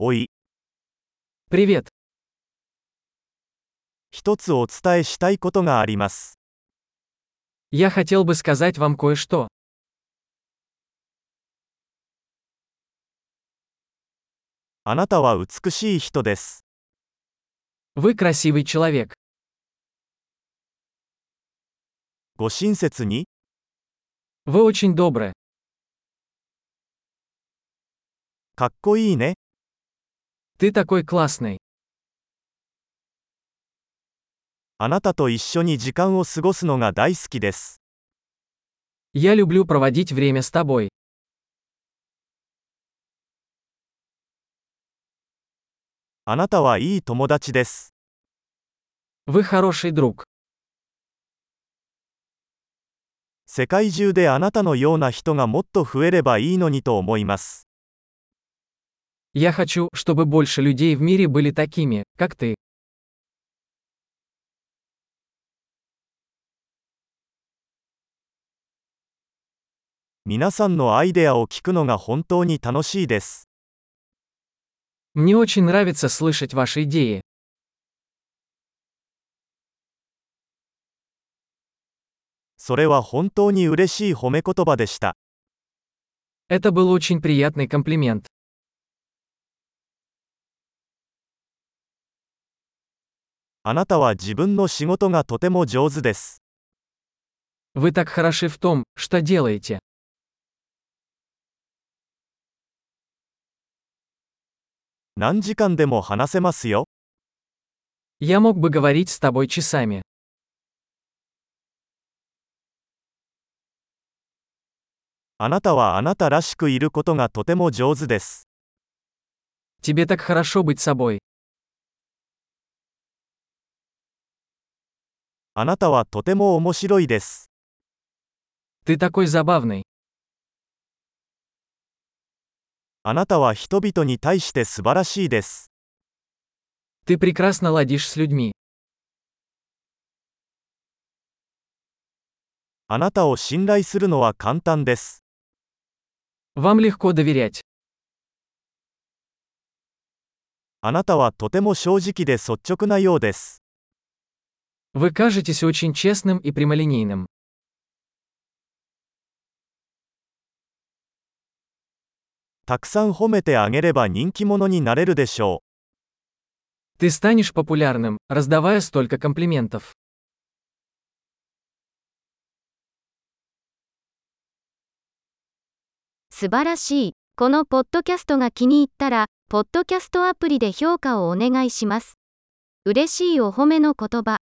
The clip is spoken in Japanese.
おい、 Привет. 一つお伝えしたいことがあります。 Я хотел бы сказать вам кое-что. あなたは美しい人です。 Вы красивый человек. ご親切に、 Вы очень добры. かっこいいね。 Ты такой классный. あなたと一緒に時間を過ごすのが大好きです。 Я люблю проводить время с тобой. あなたはいい友達です。 Вы хороший друг. 世界中であなたのような人がもっと増えればいいのにと思います。 Я хочу, чтобы больше людей в мире были такими, как ты. 皆さんのアイデアを聞くのが本当に楽しいです。 Мне очень нравится слышать ваши идеи. それは本当に嬉しい褒め言葉でした。 Это был очень приятный комплимент. あなたは自分の仕事がとても上手です。 Вы так хороши в том, что делаете. 何時間でも話せますよ。 Я мог бы говорить с тобой часами. あなたはあなたらしくいることがとても上手です。 Тебе так хорошо быть собой. あなたはとても面白いです。 Ты такой забавный. あなたは人々に対して素晴らしいです。 Ты прекрасно ладишь с людьми. あなたを信頼するのは簡単です。 Вам легко доверять. あなたはとても正直で率直なようです。 Вы кажетесь очень честным и прямолинейным. たくさん褒めてあげれば人気者になれるでしょう。 Ты станешь популярным, раздавая столько комплиментов. 素晴らしい。このポッドキャストが気に入ったら、ポッドキャストアプリで評価をお願いします。嬉しいお褒めの言葉。